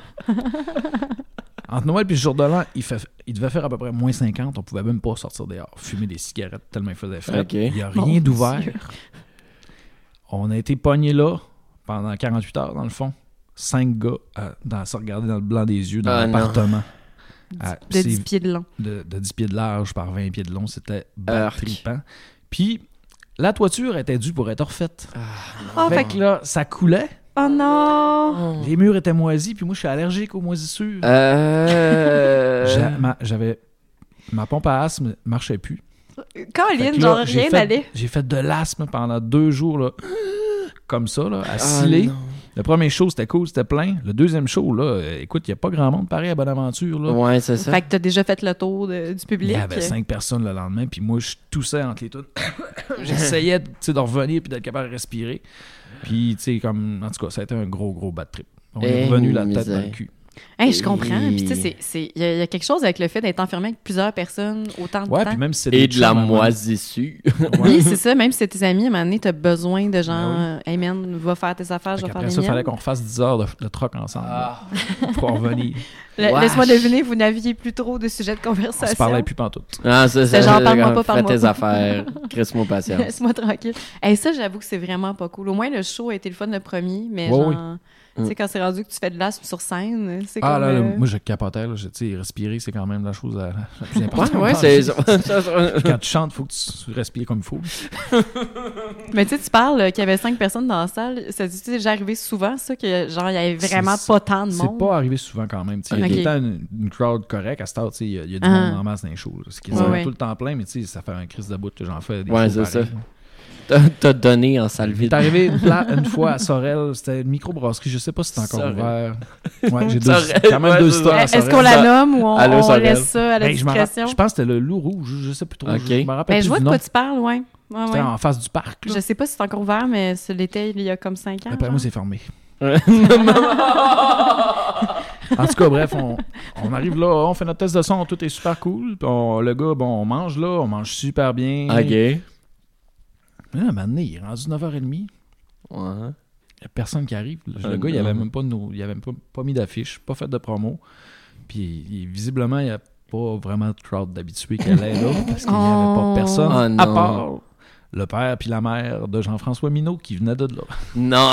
Speaker 5: entre Noël et le jour de l'an, il, fait- il devait faire à peu près moins 50. On pouvait même pas sortir dehors, fumer des cigarettes tellement il faisait frais.
Speaker 4: Ok.
Speaker 5: Il n'y a rien d'ouvert. On a été pognés là pendant 48 heures, dans le fond. Cinq gars à, dans, se regarder dans le blanc des yeux dans
Speaker 4: Ah, non.
Speaker 5: l'appartement. Ah,
Speaker 3: De
Speaker 5: c'est-
Speaker 3: 10 pieds de long.
Speaker 5: de, de 10 pieds de large par 20 pieds de long. C'était
Speaker 4: Arc.
Speaker 5: trippant. Puis la toiture était due pour être refaite.
Speaker 4: Ah,
Speaker 3: Oh,
Speaker 4: ben.
Speaker 5: fait
Speaker 3: fait
Speaker 5: que là, ça coulait.
Speaker 3: Oh non!
Speaker 5: Les murs étaient moisis. Puis moi, je suis allergique aux moisissures.
Speaker 4: Euh...
Speaker 5: J'a- ma- J'avais. Ma pompe à asthme marchait plus. Fait
Speaker 3: Caroline,
Speaker 5: que là,
Speaker 3: genre,
Speaker 5: j'ai
Speaker 3: rien
Speaker 5: fait-
Speaker 3: n'allait.
Speaker 5: J'ai fait de l'asthme pendant deux jours, là. Comme ça, là, à
Speaker 4: Ah,
Speaker 5: sciller. le premier show, c'était cool, c'était plein. Le deuxième show, là, euh, écoute, il n'y a pas grand monde pareil à Bonaventure, là.
Speaker 4: Ouais, c'est ça.
Speaker 3: Fait que t'as déjà fait le tour de- du
Speaker 5: Il
Speaker 3: public.
Speaker 5: y avait Ah, ben, cinq personnes le lendemain, puis moi, je toussais entre les toutes. J'essayais tu sais, de revenir puis d'être capable de respirer. Puis, tu sais, comme. En tout cas, ça a été un gros, gros bad trip. On
Speaker 4: Eh,
Speaker 5: est revenu la tête dans
Speaker 4: misère.
Speaker 5: le cul.
Speaker 3: Hey, je comprends.
Speaker 4: Et-
Speaker 3: Puis tu sais, c'est- c'est- il y, a- il y a quelque chose avec le fait d'être enfermé avec plusieurs personnes autant de
Speaker 5: Ouais,
Speaker 3: temps.
Speaker 5: puis même si c'était
Speaker 4: Et
Speaker 5: des
Speaker 4: de la
Speaker 5: chums, à un moment donné,
Speaker 4: moisissure.
Speaker 3: Oui, c'est ça. Même si c'est tes amis, à un moment donné, t'as besoin de gens.
Speaker 5: Ben
Speaker 3: Hey man, va faire tes affaires, je vais
Speaker 5: Fait
Speaker 3: faire
Speaker 5: qu'après
Speaker 3: les
Speaker 5: ça, il fallait
Speaker 3: miennes.
Speaker 5: qu'on refasse 10 heures de, de troc ensemble
Speaker 4: Ah.
Speaker 5: là, pour revenir.
Speaker 3: La-
Speaker 4: Wesh.
Speaker 3: Laisse-moi deviner, vous n'aviez plus trop de sujets de
Speaker 5: On se
Speaker 3: conversation.
Speaker 5: parlait plus pantoute.
Speaker 4: Ah, ça,
Speaker 3: C'est
Speaker 4: ça,
Speaker 3: genre,
Speaker 4: c'est
Speaker 3: parle-moi
Speaker 4: comme,
Speaker 3: pas, parle-moi
Speaker 4: Fais tes
Speaker 3: pas.
Speaker 4: affaires. Crisse-moi patience.
Speaker 3: Laisse-moi tranquille. Hey, ça, j'avoue que c'est vraiment pas cool. Au moins, le show a été le fun le premier, mais
Speaker 5: Ouais,
Speaker 3: genre,
Speaker 5: oui. Mm.
Speaker 3: tu sais, quand c'est rendu que tu fais de l'asthme sur scène, c'est
Speaker 5: Ah
Speaker 3: comme...
Speaker 5: là, là,
Speaker 3: euh,
Speaker 5: moi je capotais, là, je- tu sais, respirer c'est quand même la chose la, la plus importante.
Speaker 4: Ouais, ouais,
Speaker 5: dans
Speaker 4: c'est
Speaker 5: la vie.
Speaker 4: ça.
Speaker 5: Quand tu chantes, faut que tu respires comme il faut.
Speaker 3: Mais tu sais, tu parles euh, qu'il y avait cinq personnes dans la salle. Ça dit, tu sais, déjà arrivé souvent, ça, que genre, il y avait vraiment
Speaker 5: C'est-
Speaker 3: pas tant de
Speaker 5: C'est
Speaker 3: monde.
Speaker 5: pas arrivé souvent quand même. tu sais. Il y a
Speaker 3: Ok.
Speaker 5: tout le temps une, une crowd correcte. À cette heure, tu sais, il y a, il y a
Speaker 3: Ah.
Speaker 5: du monde en masse dans les shows. là. C'est qu'ils
Speaker 3: Ouais,
Speaker 5: sont
Speaker 3: ouais.
Speaker 5: tout le temps plein, mais tu sais, ça fait un crise de bout. là, J'en fais des
Speaker 4: Ouais,
Speaker 5: shows
Speaker 4: c'est
Speaker 5: pareils.
Speaker 4: ça. T'as- T'as donné en salle
Speaker 5: Il est
Speaker 4: vide.
Speaker 5: arrivé une, pla- une fois à Sorel, c'était une microbrasserie, je sais pas si c'est encore
Speaker 4: Sorel.
Speaker 5: ouvert. Ouais, j'ai deux,
Speaker 4: Sorel,
Speaker 5: quand même
Speaker 4: ouais,
Speaker 5: deux
Speaker 4: c'est
Speaker 5: histoires
Speaker 4: Ah, ça.
Speaker 5: à
Speaker 3: Est-ce
Speaker 5: Sorel.
Speaker 3: qu'on la nomme ou on,
Speaker 4: Allô,
Speaker 3: on
Speaker 4: Sorel.
Speaker 3: laisse ça à la
Speaker 5: Hey, Ben, je, me rappelle-
Speaker 3: discrétion?
Speaker 5: je pense que c'était le loup rouge, je sais plus trop.
Speaker 4: Ok.
Speaker 5: Je me rappelle
Speaker 3: Ben,
Speaker 5: plus
Speaker 3: je vois de
Speaker 5: du nom.
Speaker 3: quoi tu parles, ouais. Ouais,
Speaker 5: C'était
Speaker 3: ouais.
Speaker 5: en face du parc. là.
Speaker 3: Je sais pas si c'est encore ouvert, mais c'est l'été, il y a comme cinq ans.
Speaker 5: Après
Speaker 3: genre.
Speaker 5: moi, c'est fermé. en tout cas, bref, on, on arrive là, on fait notre test de son, tout est super cool. Puis on- le gars, bon, on mange là, on mange super bien.
Speaker 4: Ah, Ok. Ouais.
Speaker 5: Mais là, à un moment donné, il est rendu 9h30. Il n'y a personne qui arrive. Le
Speaker 4: Euh,
Speaker 5: gars, il avait
Speaker 4: non.
Speaker 5: même pas, de nos- il avait même pas, pas mis d'affiche, pas fait de promo. Puis il- visiblement, il n'y a pas vraiment de crowd d'habitués qui allait là parce qu'il n'y avait
Speaker 3: Oh.
Speaker 5: pas personne
Speaker 4: Oh, non.
Speaker 5: à part le père puis la mère de Jean-François Minot qui venait de là.
Speaker 4: Non.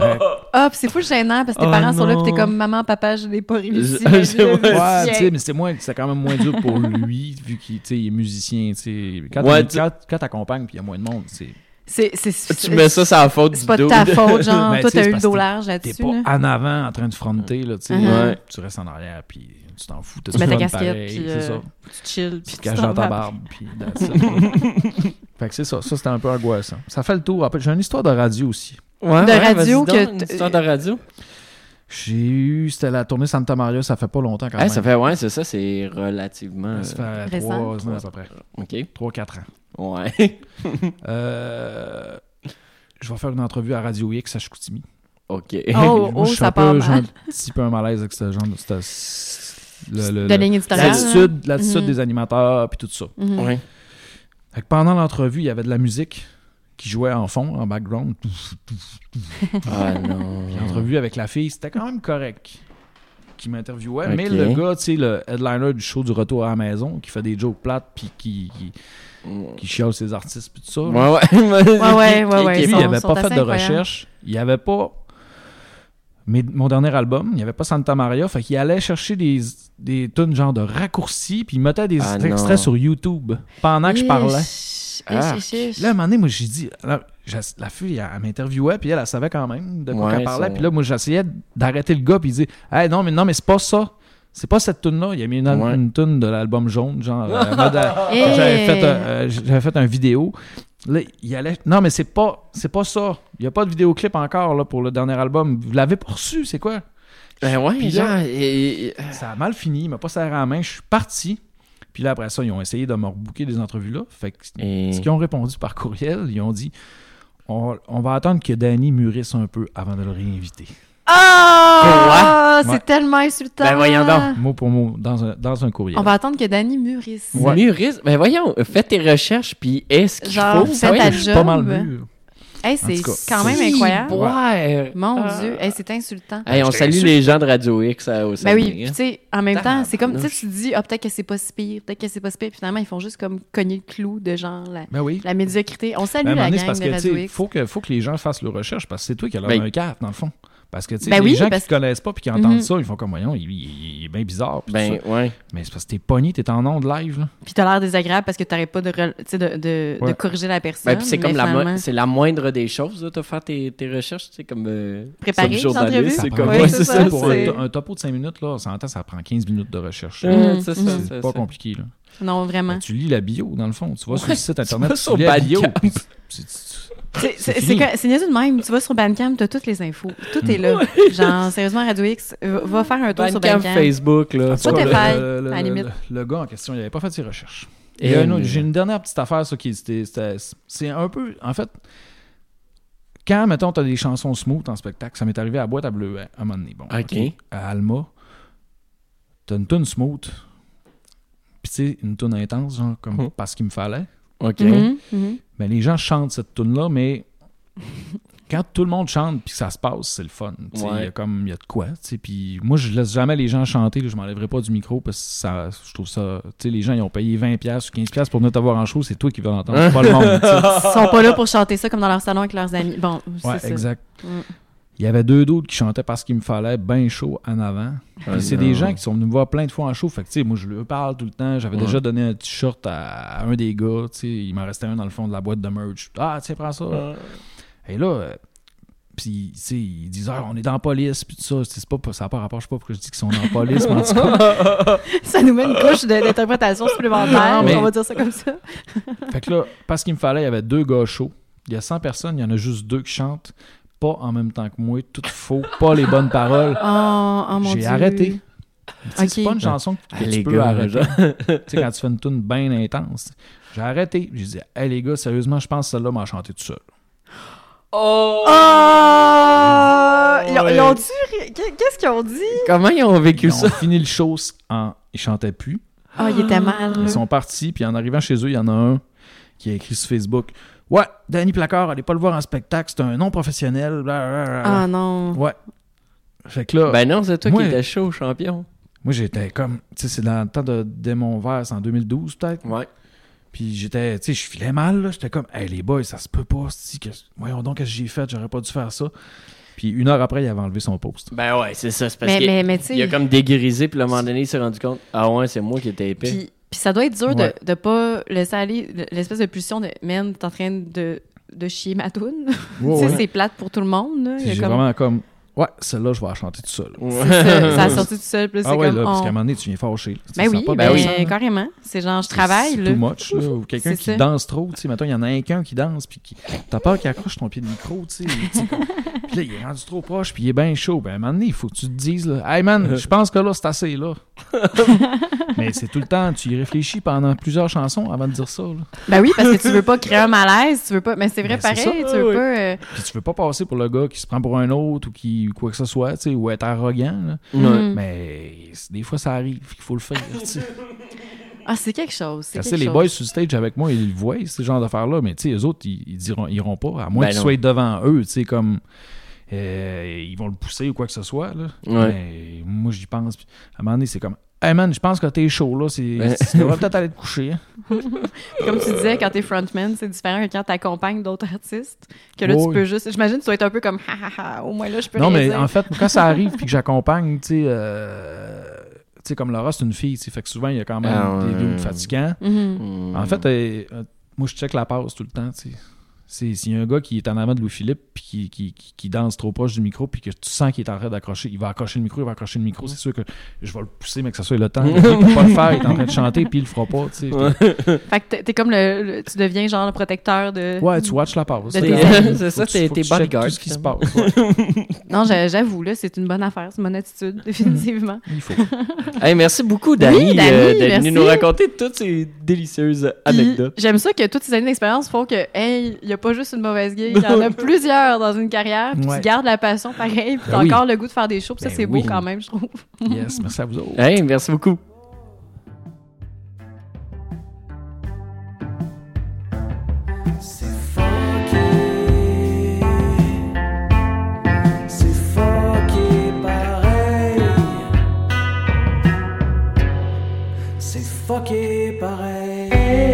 Speaker 5: Euh,
Speaker 3: Ah, puis c'est fou gênant parce que tes
Speaker 5: Oh
Speaker 3: parents sont là,
Speaker 5: non.
Speaker 3: puis t'es comme maman, papa, je n'ai pas réussi.
Speaker 4: Je-
Speaker 3: ma
Speaker 4: je-
Speaker 3: vie,
Speaker 4: ouais,
Speaker 5: Ouais,
Speaker 3: je-
Speaker 5: tu sais, mais c'est moins, c'est quand même moins dur pour lui, vu qu'il tu sais, il est musicien, tu sais. Quand
Speaker 4: Ouais,
Speaker 5: t'es-
Speaker 4: tu-
Speaker 5: quand, quand t'accompagnes, puis il y a moins de monde, c'est
Speaker 3: C'est c'est- c'est-
Speaker 4: tu mets ça, c'est la faute du
Speaker 3: C'est pas de
Speaker 4: dos.
Speaker 3: ta faute, genre.
Speaker 5: Ben,
Speaker 3: Toi, t'as
Speaker 5: tu sais, c'est
Speaker 3: eu le
Speaker 5: parce
Speaker 3: dos
Speaker 5: que
Speaker 3: large
Speaker 5: t'es
Speaker 3: là-dessus.
Speaker 5: pas
Speaker 3: là.
Speaker 5: en avant en train de fronter, là, tu sais. Euh,
Speaker 3: Uh-huh.
Speaker 4: Ouais.
Speaker 5: Tu restes en arrière, puis tu t'en fous.
Speaker 3: Tu mets ta
Speaker 5: fun
Speaker 3: casquette,
Speaker 5: pareil,
Speaker 3: puis
Speaker 5: c'est ça.
Speaker 3: euh, tu chill, puis
Speaker 5: Tu te
Speaker 3: tu
Speaker 5: caches
Speaker 3: t'en
Speaker 5: dans ta
Speaker 3: vas.
Speaker 5: barbe, puis that's it. Fait que c'est ça, ça c'était un peu angoissant. Ça fait le tour. Après, J'ai une histoire de radio aussi.
Speaker 4: Ouais,
Speaker 3: De
Speaker 4: ouais,
Speaker 3: radio
Speaker 4: vas-y donc,
Speaker 3: que
Speaker 4: une
Speaker 3: t-
Speaker 4: histoire de radio.
Speaker 5: J'ai eu, c'était la tournée Santa Maria, ça fait pas longtemps quand
Speaker 4: Eh,
Speaker 5: même.
Speaker 4: ça fait, ouais, c'est ça, c'est relativement.
Speaker 5: Ça
Speaker 4: euh,
Speaker 5: fait
Speaker 3: Récent.
Speaker 5: trois ans à peu près.
Speaker 4: Ok.
Speaker 5: Trois, quatre ans.
Speaker 4: Ouais.
Speaker 5: Euh, je vais faire une entrevue à Radio X à Chicoutimi.
Speaker 4: Ok.
Speaker 3: Oh,
Speaker 5: Moi,
Speaker 3: oh,
Speaker 5: je suis
Speaker 3: ça
Speaker 5: un
Speaker 3: part
Speaker 5: peu,
Speaker 3: mal.
Speaker 5: j'ai un petit peu un malaise avec ce genre de... cette- le- le-
Speaker 3: De
Speaker 5: le-
Speaker 3: ligne éditoriale. hein.
Speaker 5: L'attitude l'attitude
Speaker 3: Mhm.
Speaker 5: des animateurs, puis tout ça.
Speaker 3: Mhm.
Speaker 4: Ouais.
Speaker 5: Fait que pendant l'entrevue, il y avait de la musique qui jouait en fond, en background.
Speaker 4: Ah non.
Speaker 5: Puis l'entrevue avec la fille, c'était quand même correct qui m'interviewait. Mais
Speaker 4: Ok.
Speaker 5: le gars, tu sais, le headliner du show du retour à la maison, qui fait des jokes plates, puis qui, qui,
Speaker 4: Ouais,
Speaker 5: qui chiale ses artistes, puis tout ça. là.
Speaker 4: ouais.
Speaker 3: ouais, ouais, ouais.
Speaker 5: Lui,
Speaker 3: sont-
Speaker 5: il n'avait
Speaker 3: sont
Speaker 5: pas
Speaker 3: assez
Speaker 5: fait
Speaker 3: incroyables.
Speaker 5: de recherche. Il avait pas. Mais mon dernier album, il n'y avait pas Santa Maria. Fait qu'il allait chercher des, des tonnes genre de raccourcis, puis il mettait des
Speaker 4: Ah,
Speaker 5: extraits
Speaker 4: non.
Speaker 5: sur YouTube
Speaker 4: Hein,
Speaker 5: pendant que je parlais.
Speaker 3: Ish,
Speaker 4: Ah,
Speaker 3: ish, ish, ish.
Speaker 5: Là, à un moment donné, moi, j'ai dit. là, je- la fille, elle, elle m'interviewait, puis elle, elle savait quand même de quoi
Speaker 4: Ouais,
Speaker 5: qu'elle parlait.
Speaker 4: ça-
Speaker 5: Puis là, moi, j'essayais d'arrêter le gars, puis il dit Hey, non, mais non, mais c'est pas ça. C'est pas cette tune-là. Il a mis une,
Speaker 4: Ouais.
Speaker 5: une tune de l'album jaune, genre. euh, en mode, euh,
Speaker 3: Hey!
Speaker 5: J'avais fait, un, euh, j'avais fait un vidéo. Là, il allait. Non, mais c'est pas, c'est pas ça. Il n'y a pas de vidéoclip encore là, pour le dernier album. Vous l'avez pas reçu, c'est quoi?
Speaker 4: Ben ouais,
Speaker 5: Puis là-
Speaker 4: genre, et- et-
Speaker 5: Ça a mal fini, il m'a pas serré la main, je suis parti. Puis là, après ça, ils ont essayé de me rebooker des entrevues là. Fait que
Speaker 4: et-
Speaker 5: ce qu'ils ont répondu par courriel, ils ont dit On, on va attendre que Danny mûrisse un peu avant de le réinviter.
Speaker 3: Ah!
Speaker 5: Ouais.
Speaker 3: C'est tellement insultant.
Speaker 4: Ben, voyons donc.
Speaker 5: Mot pour mot, dans un, dans un courriel.
Speaker 3: Ah. On va attendre que Danny mûrisse.
Speaker 5: Ouais.
Speaker 4: Mûrisse- Ben voyons, fais tes recherches, puis est-ce qu'il
Speaker 3: Genre,
Speaker 4: faut?
Speaker 3: fais ta
Speaker 5: Je suis pas
Speaker 3: job.
Speaker 5: mal mûr.
Speaker 3: Hey, c'est
Speaker 5: En tout cas,
Speaker 3: quand même
Speaker 5: c'est-
Speaker 3: incroyable.
Speaker 4: Ouais.
Speaker 3: Mon Dieu, hey, c'est insultant.
Speaker 4: Hey, on salue les gens de Radio X à, au
Speaker 3: Ben
Speaker 4: Saguenay,
Speaker 3: oui, puis
Speaker 4: hein.
Speaker 3: tu sais, en même temps, c'est comme, tu sais,
Speaker 4: Tabarnouche.
Speaker 3: tu te dis, ah, peut-être que c'est pas si pire, peut-être que c'est pas si pire, puis finalement, ils font juste comme cogner le clou de genre la,
Speaker 5: Ben oui.
Speaker 3: la médiocrité. On salue
Speaker 5: Ben, à un moment
Speaker 3: la
Speaker 5: donné, c'est
Speaker 3: gang
Speaker 5: parce
Speaker 3: de
Speaker 5: que, tu
Speaker 3: Radio
Speaker 5: sais,
Speaker 3: X.
Speaker 5: faut que, faut que les gens fassent leurs recherches parce que c'est toi qui as l'air
Speaker 4: Ben-
Speaker 5: d'un cave, dans le fond. Parce que, tu sais,
Speaker 3: Ben
Speaker 5: les
Speaker 3: oui,
Speaker 5: gens
Speaker 3: parce-
Speaker 5: qui te connaissent pas puis qui entendent
Speaker 3: Mhm.
Speaker 5: ça, ils font comme, voyons, il, il- il est bien bizarre. puis tout
Speaker 4: Ben,
Speaker 5: ça.
Speaker 4: ouais.
Speaker 5: Mais c'est parce que t'es pogné, t'es en onde live, là.
Speaker 3: Puis t'as l'air désagréable parce que t'arrêtes pas de, re- tu sais, de, de, de
Speaker 5: Ouais.
Speaker 3: corriger la personne.
Speaker 4: Ben, puis c'est comme
Speaker 3: mais
Speaker 4: la, mo-
Speaker 3: finalement-
Speaker 4: c'est la moindre des choses, là, de faire tes, tes recherches, tu sais, comme. euh,
Speaker 3: Préparer
Speaker 4: comme
Speaker 3: les
Speaker 4: journaliste,
Speaker 3: entrevues.
Speaker 4: c'est
Speaker 5: Ça
Speaker 4: comme.
Speaker 5: prend-
Speaker 3: ouais,
Speaker 5: Ouais,
Speaker 3: c'est ça,
Speaker 5: Pour
Speaker 3: c'est-
Speaker 5: un, to- un topo de 5 minutes, là, on s'entend, ça prend 15 minutes de recherche. là.
Speaker 4: Euh,
Speaker 3: Mhm,
Speaker 4: c'est
Speaker 3: mhm.
Speaker 4: ça,
Speaker 5: C'est
Speaker 4: c'est
Speaker 5: pas
Speaker 4: ça.
Speaker 5: compliqué, là.
Speaker 3: Non, vraiment.
Speaker 5: Ben, tu lis la bio, dans le fond. Tu vas sur
Speaker 4: Ouais,
Speaker 5: le site internet,
Speaker 4: vas
Speaker 5: tu
Speaker 4: sur
Speaker 5: lis la
Speaker 4: Bandcamp.
Speaker 5: bio. puis tu- tu-
Speaker 3: C'est-
Speaker 5: c'est
Speaker 3: C'est c'est
Speaker 5: fini.
Speaker 3: que- c'est niaiseux de même. Tu vas sur Bandcamp, t'as toutes les infos. Tout est là. Genre, sérieusement, Radio X, va va faire un tour sur
Speaker 4: Bandcamp,
Speaker 3: Bandcamp.
Speaker 4: Facebook, là.
Speaker 5: tu-
Speaker 3: Tout est
Speaker 5: le-
Speaker 3: fait,
Speaker 5: le- le-
Speaker 3: à la limite.
Speaker 5: le- Le gars en question, il avait pas fait ses recherches.
Speaker 4: Et
Speaker 5: Il y a un
Speaker 4: une-
Speaker 5: autre- J'ai une dernière petite affaire, ça, qui c'était- c'était- c'est un peu. En fait, quand, mettons, t'as des chansons smooth en spectacle, ça m'est arrivé à la boîte à bleu à un moment donné. Bon,
Speaker 4: Ok.
Speaker 5: À Alma, t'as une tune smooth, puis tu sais, une tune intense, genre, comme
Speaker 4: Hmm.
Speaker 5: parce qu'il me fallait.
Speaker 4: OK.
Speaker 3: Mhm, mhm.
Speaker 5: Ben, les gens chantent cette tune là mais quand tout le monde chante puis que ça se passe, c'est le fun. Tu sais, Il y
Speaker 4: Ouais.
Speaker 5: a comme, il y a de quoi. tu sais, Puis moi, je laisse jamais les gens chanter. là, je m'enlèverai pas du micro parce que ça, je trouve ça. tu sais, Les gens, ils ont payé 20$ ou 15$ pour venir t'avoir en show. C'est toi qui veux l'entendre, c'est pas le monde. tu sais.
Speaker 3: Ils sont pas là pour chanter ça comme dans leur salon avec leurs amis. Bon,
Speaker 5: Ouais,
Speaker 3: c'est ça.
Speaker 5: exact.
Speaker 3: Mm.
Speaker 5: Il y avait deux d'autres qui chantaient parce qu'il me fallait bien chaud en avant. Puis c'est des gens qui sont venus me voir plein de fois en show. Fait que, tu sais, moi, je leur parle tout le temps. J'avais
Speaker 4: Ouais.
Speaker 5: déjà donné un t-shirt à, à un des gars. Tu sais, il m'en restait un dans le fond de la boîte de merch. Ah, tu sais, prends ça. Et là, euh, puis, tu sais, ils disent, ah, on est dans la police, puis tout ça. C'est pas, ça n'a pas rapport, je sais pas pourquoi je dis qu'ils sont dans la police, mais en tout cas.
Speaker 3: Ça nous met une couche de- d'interprétation supplémentaire,
Speaker 5: Non, mais-
Speaker 3: on va dire ça comme ça.
Speaker 5: Fait que là, parce qu'il me fallait, il y avait deux gars chauds. Il y a 100 personnes, il y en a juste deux qui chantent, pas en même temps que moi, tout faux, pas les bonnes paroles.
Speaker 3: Oh, oh mon Dieu.
Speaker 5: J'ai arrêté. Tu sais, C'est
Speaker 3: Ok.
Speaker 5: pas une chanson que, que
Speaker 4: Ah,
Speaker 5: tu
Speaker 4: les
Speaker 5: peux
Speaker 4: gars,
Speaker 5: arrêter.
Speaker 4: genre.
Speaker 5: tu sais, quand tu fais une tune bien intense. J'ai arrêté. J'ai dit, hey les gars, sérieusement, je pense que celle-là m'a chanté tout seul.
Speaker 3: Oh! Ils ont- ils ont-tu. ri- Qu'est- Qu'est-ce qu'ils ont dit?
Speaker 4: Comment ils ont vécu
Speaker 5: Ils
Speaker 4: ça?
Speaker 5: ont fini le show en. Ils chantaient plus.
Speaker 3: Oh, il était mal.
Speaker 5: Ils sont partis, puis en arrivant chez eux, il y en a un qui a écrit sur Facebook Ouais, Danny Placard, allez pas le voir en spectacle, c'est un non professionnel.
Speaker 3: Ah
Speaker 5: blablabla.
Speaker 3: non.
Speaker 5: Ouais.
Speaker 3: Ah.
Speaker 5: Fait que là,
Speaker 4: Ben non, c'est toi
Speaker 5: Moi-
Speaker 4: qui étais chaud, champion.
Speaker 5: moi j'étais comme, tu sais, c'est dans le temps de Démon Vert, c'est en 2012 peut-être.
Speaker 4: Ouais.
Speaker 5: Puis j'étais, tu sais, je filais mal, là. J'étais comme, hey les boys, ça se peut pas, si, que... voyons donc, qu'est-ce que j'ai fait, j'aurais pas dû faire ça. Puis une heure après, il avait enlevé son post.
Speaker 4: Ben ouais, c'est ça. C'est parce
Speaker 3: Mais,
Speaker 4: qu'il
Speaker 3: mais, mais tu
Speaker 4: il a
Speaker 3: sais.
Speaker 4: comme dégrisé, puis à un moment donné, il s'est rendu compte Ah ouais, c'est moi qui étais épais.
Speaker 3: Puis, puis ça doit être dur
Speaker 5: Ouais.
Speaker 3: de, de pas laisser aller le- l'espèce de pulsion de man, t'es en train de, de chier ma toune.
Speaker 5: Ouais,
Speaker 3: tu
Speaker 5: ouais.
Speaker 3: sais, c'est plate pour tout le monde. là. Il y a
Speaker 5: J'ai
Speaker 3: comme-
Speaker 5: vraiment comme, ouais, celle-là, je vais la chanter tout seul.
Speaker 3: c'est ça, ça a sorti tout seul. Puis là,
Speaker 5: Ah
Speaker 3: c'est
Speaker 5: ouais,
Speaker 3: comme.
Speaker 5: là, parce
Speaker 3: on-
Speaker 5: qu'à un moment donné, tu viens fâché. Tu sais,
Speaker 3: Ben
Speaker 5: ça a
Speaker 3: oui,
Speaker 5: pas de
Speaker 3: ben
Speaker 5: bon
Speaker 4: oui.
Speaker 5: sens, là.
Speaker 3: carrément. C'est genre, je
Speaker 5: C'est-
Speaker 3: travaille.
Speaker 5: c'est
Speaker 3: Là.
Speaker 5: too much, là. Ou quelqu'un
Speaker 3: C'est
Speaker 5: qui
Speaker 3: ça.
Speaker 5: danse trop, tu sais. Mettons, il y en a un qu'un qui danse, puis qui... t'as peur qu'il accroche ton pied de micro, tu sais. tu sais, comme- Puis là, il est rendu trop proche, puis il est bien chaud. Ben, à un moment donné, il faut que tu te dises, là, hey man, je pense que là, c'est assez, là. Mais c'est tout le temps, tu y réfléchis pendant plusieurs chansons avant de dire ça, là.
Speaker 3: Ben oui, parce que tu veux pas créer un malaise. Tu veux pas. Mais c'est vrai,
Speaker 5: Mais Ben, c'est
Speaker 3: pareil.
Speaker 5: ça.
Speaker 3: tu veux
Speaker 4: Ah oui.
Speaker 3: pas. euh,
Speaker 5: Puis tu veux pas passer pour le gars qui se prend pour un autre ou qui, quoi que ce soit, tu sais, ou être arrogant, là.
Speaker 4: Ouais.
Speaker 5: Ben,
Speaker 3: mhm.
Speaker 5: Mais c'est- des fois, ça arrive, il faut le faire, tu sais.
Speaker 3: Ah, c'est quelque chose. C'est
Speaker 5: Parce
Speaker 3: quelque
Speaker 5: que ben, les
Speaker 3: chose.
Speaker 5: boys sur le stage avec moi, ils le voient, ce genre d'affaires-là, mais tu sais, eux autres, ils, ils diront, ils iront pas, à moins
Speaker 4: Ben
Speaker 5: qu'ils
Speaker 4: non.
Speaker 5: soient devant eux, tu sais, comme. euh, ils vont le pousser ou quoi que ce soit, là.
Speaker 4: Ouais.
Speaker 5: Mais moi, j'y pense. puis à un moment donné, c'est comme. Hey man, je pense que t'es chaud, là. C'est,
Speaker 4: Ouais.
Speaker 5: tu devrais peut-être aller te coucher. hein.
Speaker 3: Comme tu disais, quand t'es frontman, c'est différent que quand t'accompagnes d'autres artistes. Que là,
Speaker 5: Oui.
Speaker 3: tu peux juste. J'imagine, tu dois être un peu comme, ha ha ha, au moins là, je peux
Speaker 5: Non,
Speaker 3: rien
Speaker 5: mais
Speaker 3: dire.
Speaker 5: en fait, quand ça arrive puis que j'accompagne, tu sais. euh, tu sais, comme Laura, c'est une fille, tu sais. Fait que souvent, il y a quand même
Speaker 4: Ah,
Speaker 5: des
Speaker 4: ouais.
Speaker 5: doubles fatigants.
Speaker 3: Mhm.
Speaker 5: En
Speaker 4: Mm.
Speaker 5: fait, euh, euh, moi, je check la passe tout le temps, tu sais. C'est- S'il y a un gars qui est en avant de Louis-Philippe puis qui, qui, qui- qui danse trop proche du micro puis que tu sens qu'il est en train d'accrocher, il va accrocher le micro, il va accrocher le
Speaker 4: Mm.
Speaker 5: micro, c'est sûr que je vais le pousser, mais que ça soit le temps. Il peut pas le faire, il est en train de chanter puis il le fera pas, tu sais.
Speaker 3: Fait que t'es- t'es comme le, le- Tu deviens genre le protecteur de.
Speaker 5: Ouais, tu watches la passe.
Speaker 3: De
Speaker 5: Faut
Speaker 3: tes
Speaker 5: que
Speaker 4: amis.
Speaker 5: tu-
Speaker 4: C'est ça,
Speaker 5: faut que
Speaker 4: t'es-
Speaker 5: tu
Speaker 4: t'es
Speaker 5: checkes
Speaker 4: bodyguard,
Speaker 5: tout ce qui se
Speaker 4: finalement.
Speaker 5: passe. ouais.
Speaker 3: Non, j'a- j'avoue, là, c'est une bonne affaire. C'est une bonne attitude, définitivement.
Speaker 5: Il faut.
Speaker 4: Hey, merci beaucoup, Dani,
Speaker 3: Oui, Dani,
Speaker 4: euh, d'être
Speaker 3: merci.
Speaker 4: venu nous raconter toutes ces délicieuses
Speaker 3: Puis,
Speaker 4: anecdotes.
Speaker 3: J'aime ça que toutes ces années d'expérience font que, hey, il y a pas juste une mauvaise gig. Il y en a plusieurs dans une carrière. Puis
Speaker 5: Ouais.
Speaker 3: tu gardes la passion pareil. Puis
Speaker 5: Ben
Speaker 3: t'as
Speaker 5: oui.
Speaker 3: encore le goût de faire des shows. puis ça,
Speaker 5: Ben
Speaker 3: c'est
Speaker 5: oui.
Speaker 3: beau quand même, je trouve.
Speaker 5: Yes, merci à vous autres.
Speaker 4: Hey, merci beaucoup.
Speaker 2: C'est funky, c'est funky pareil, c'est funky pareil.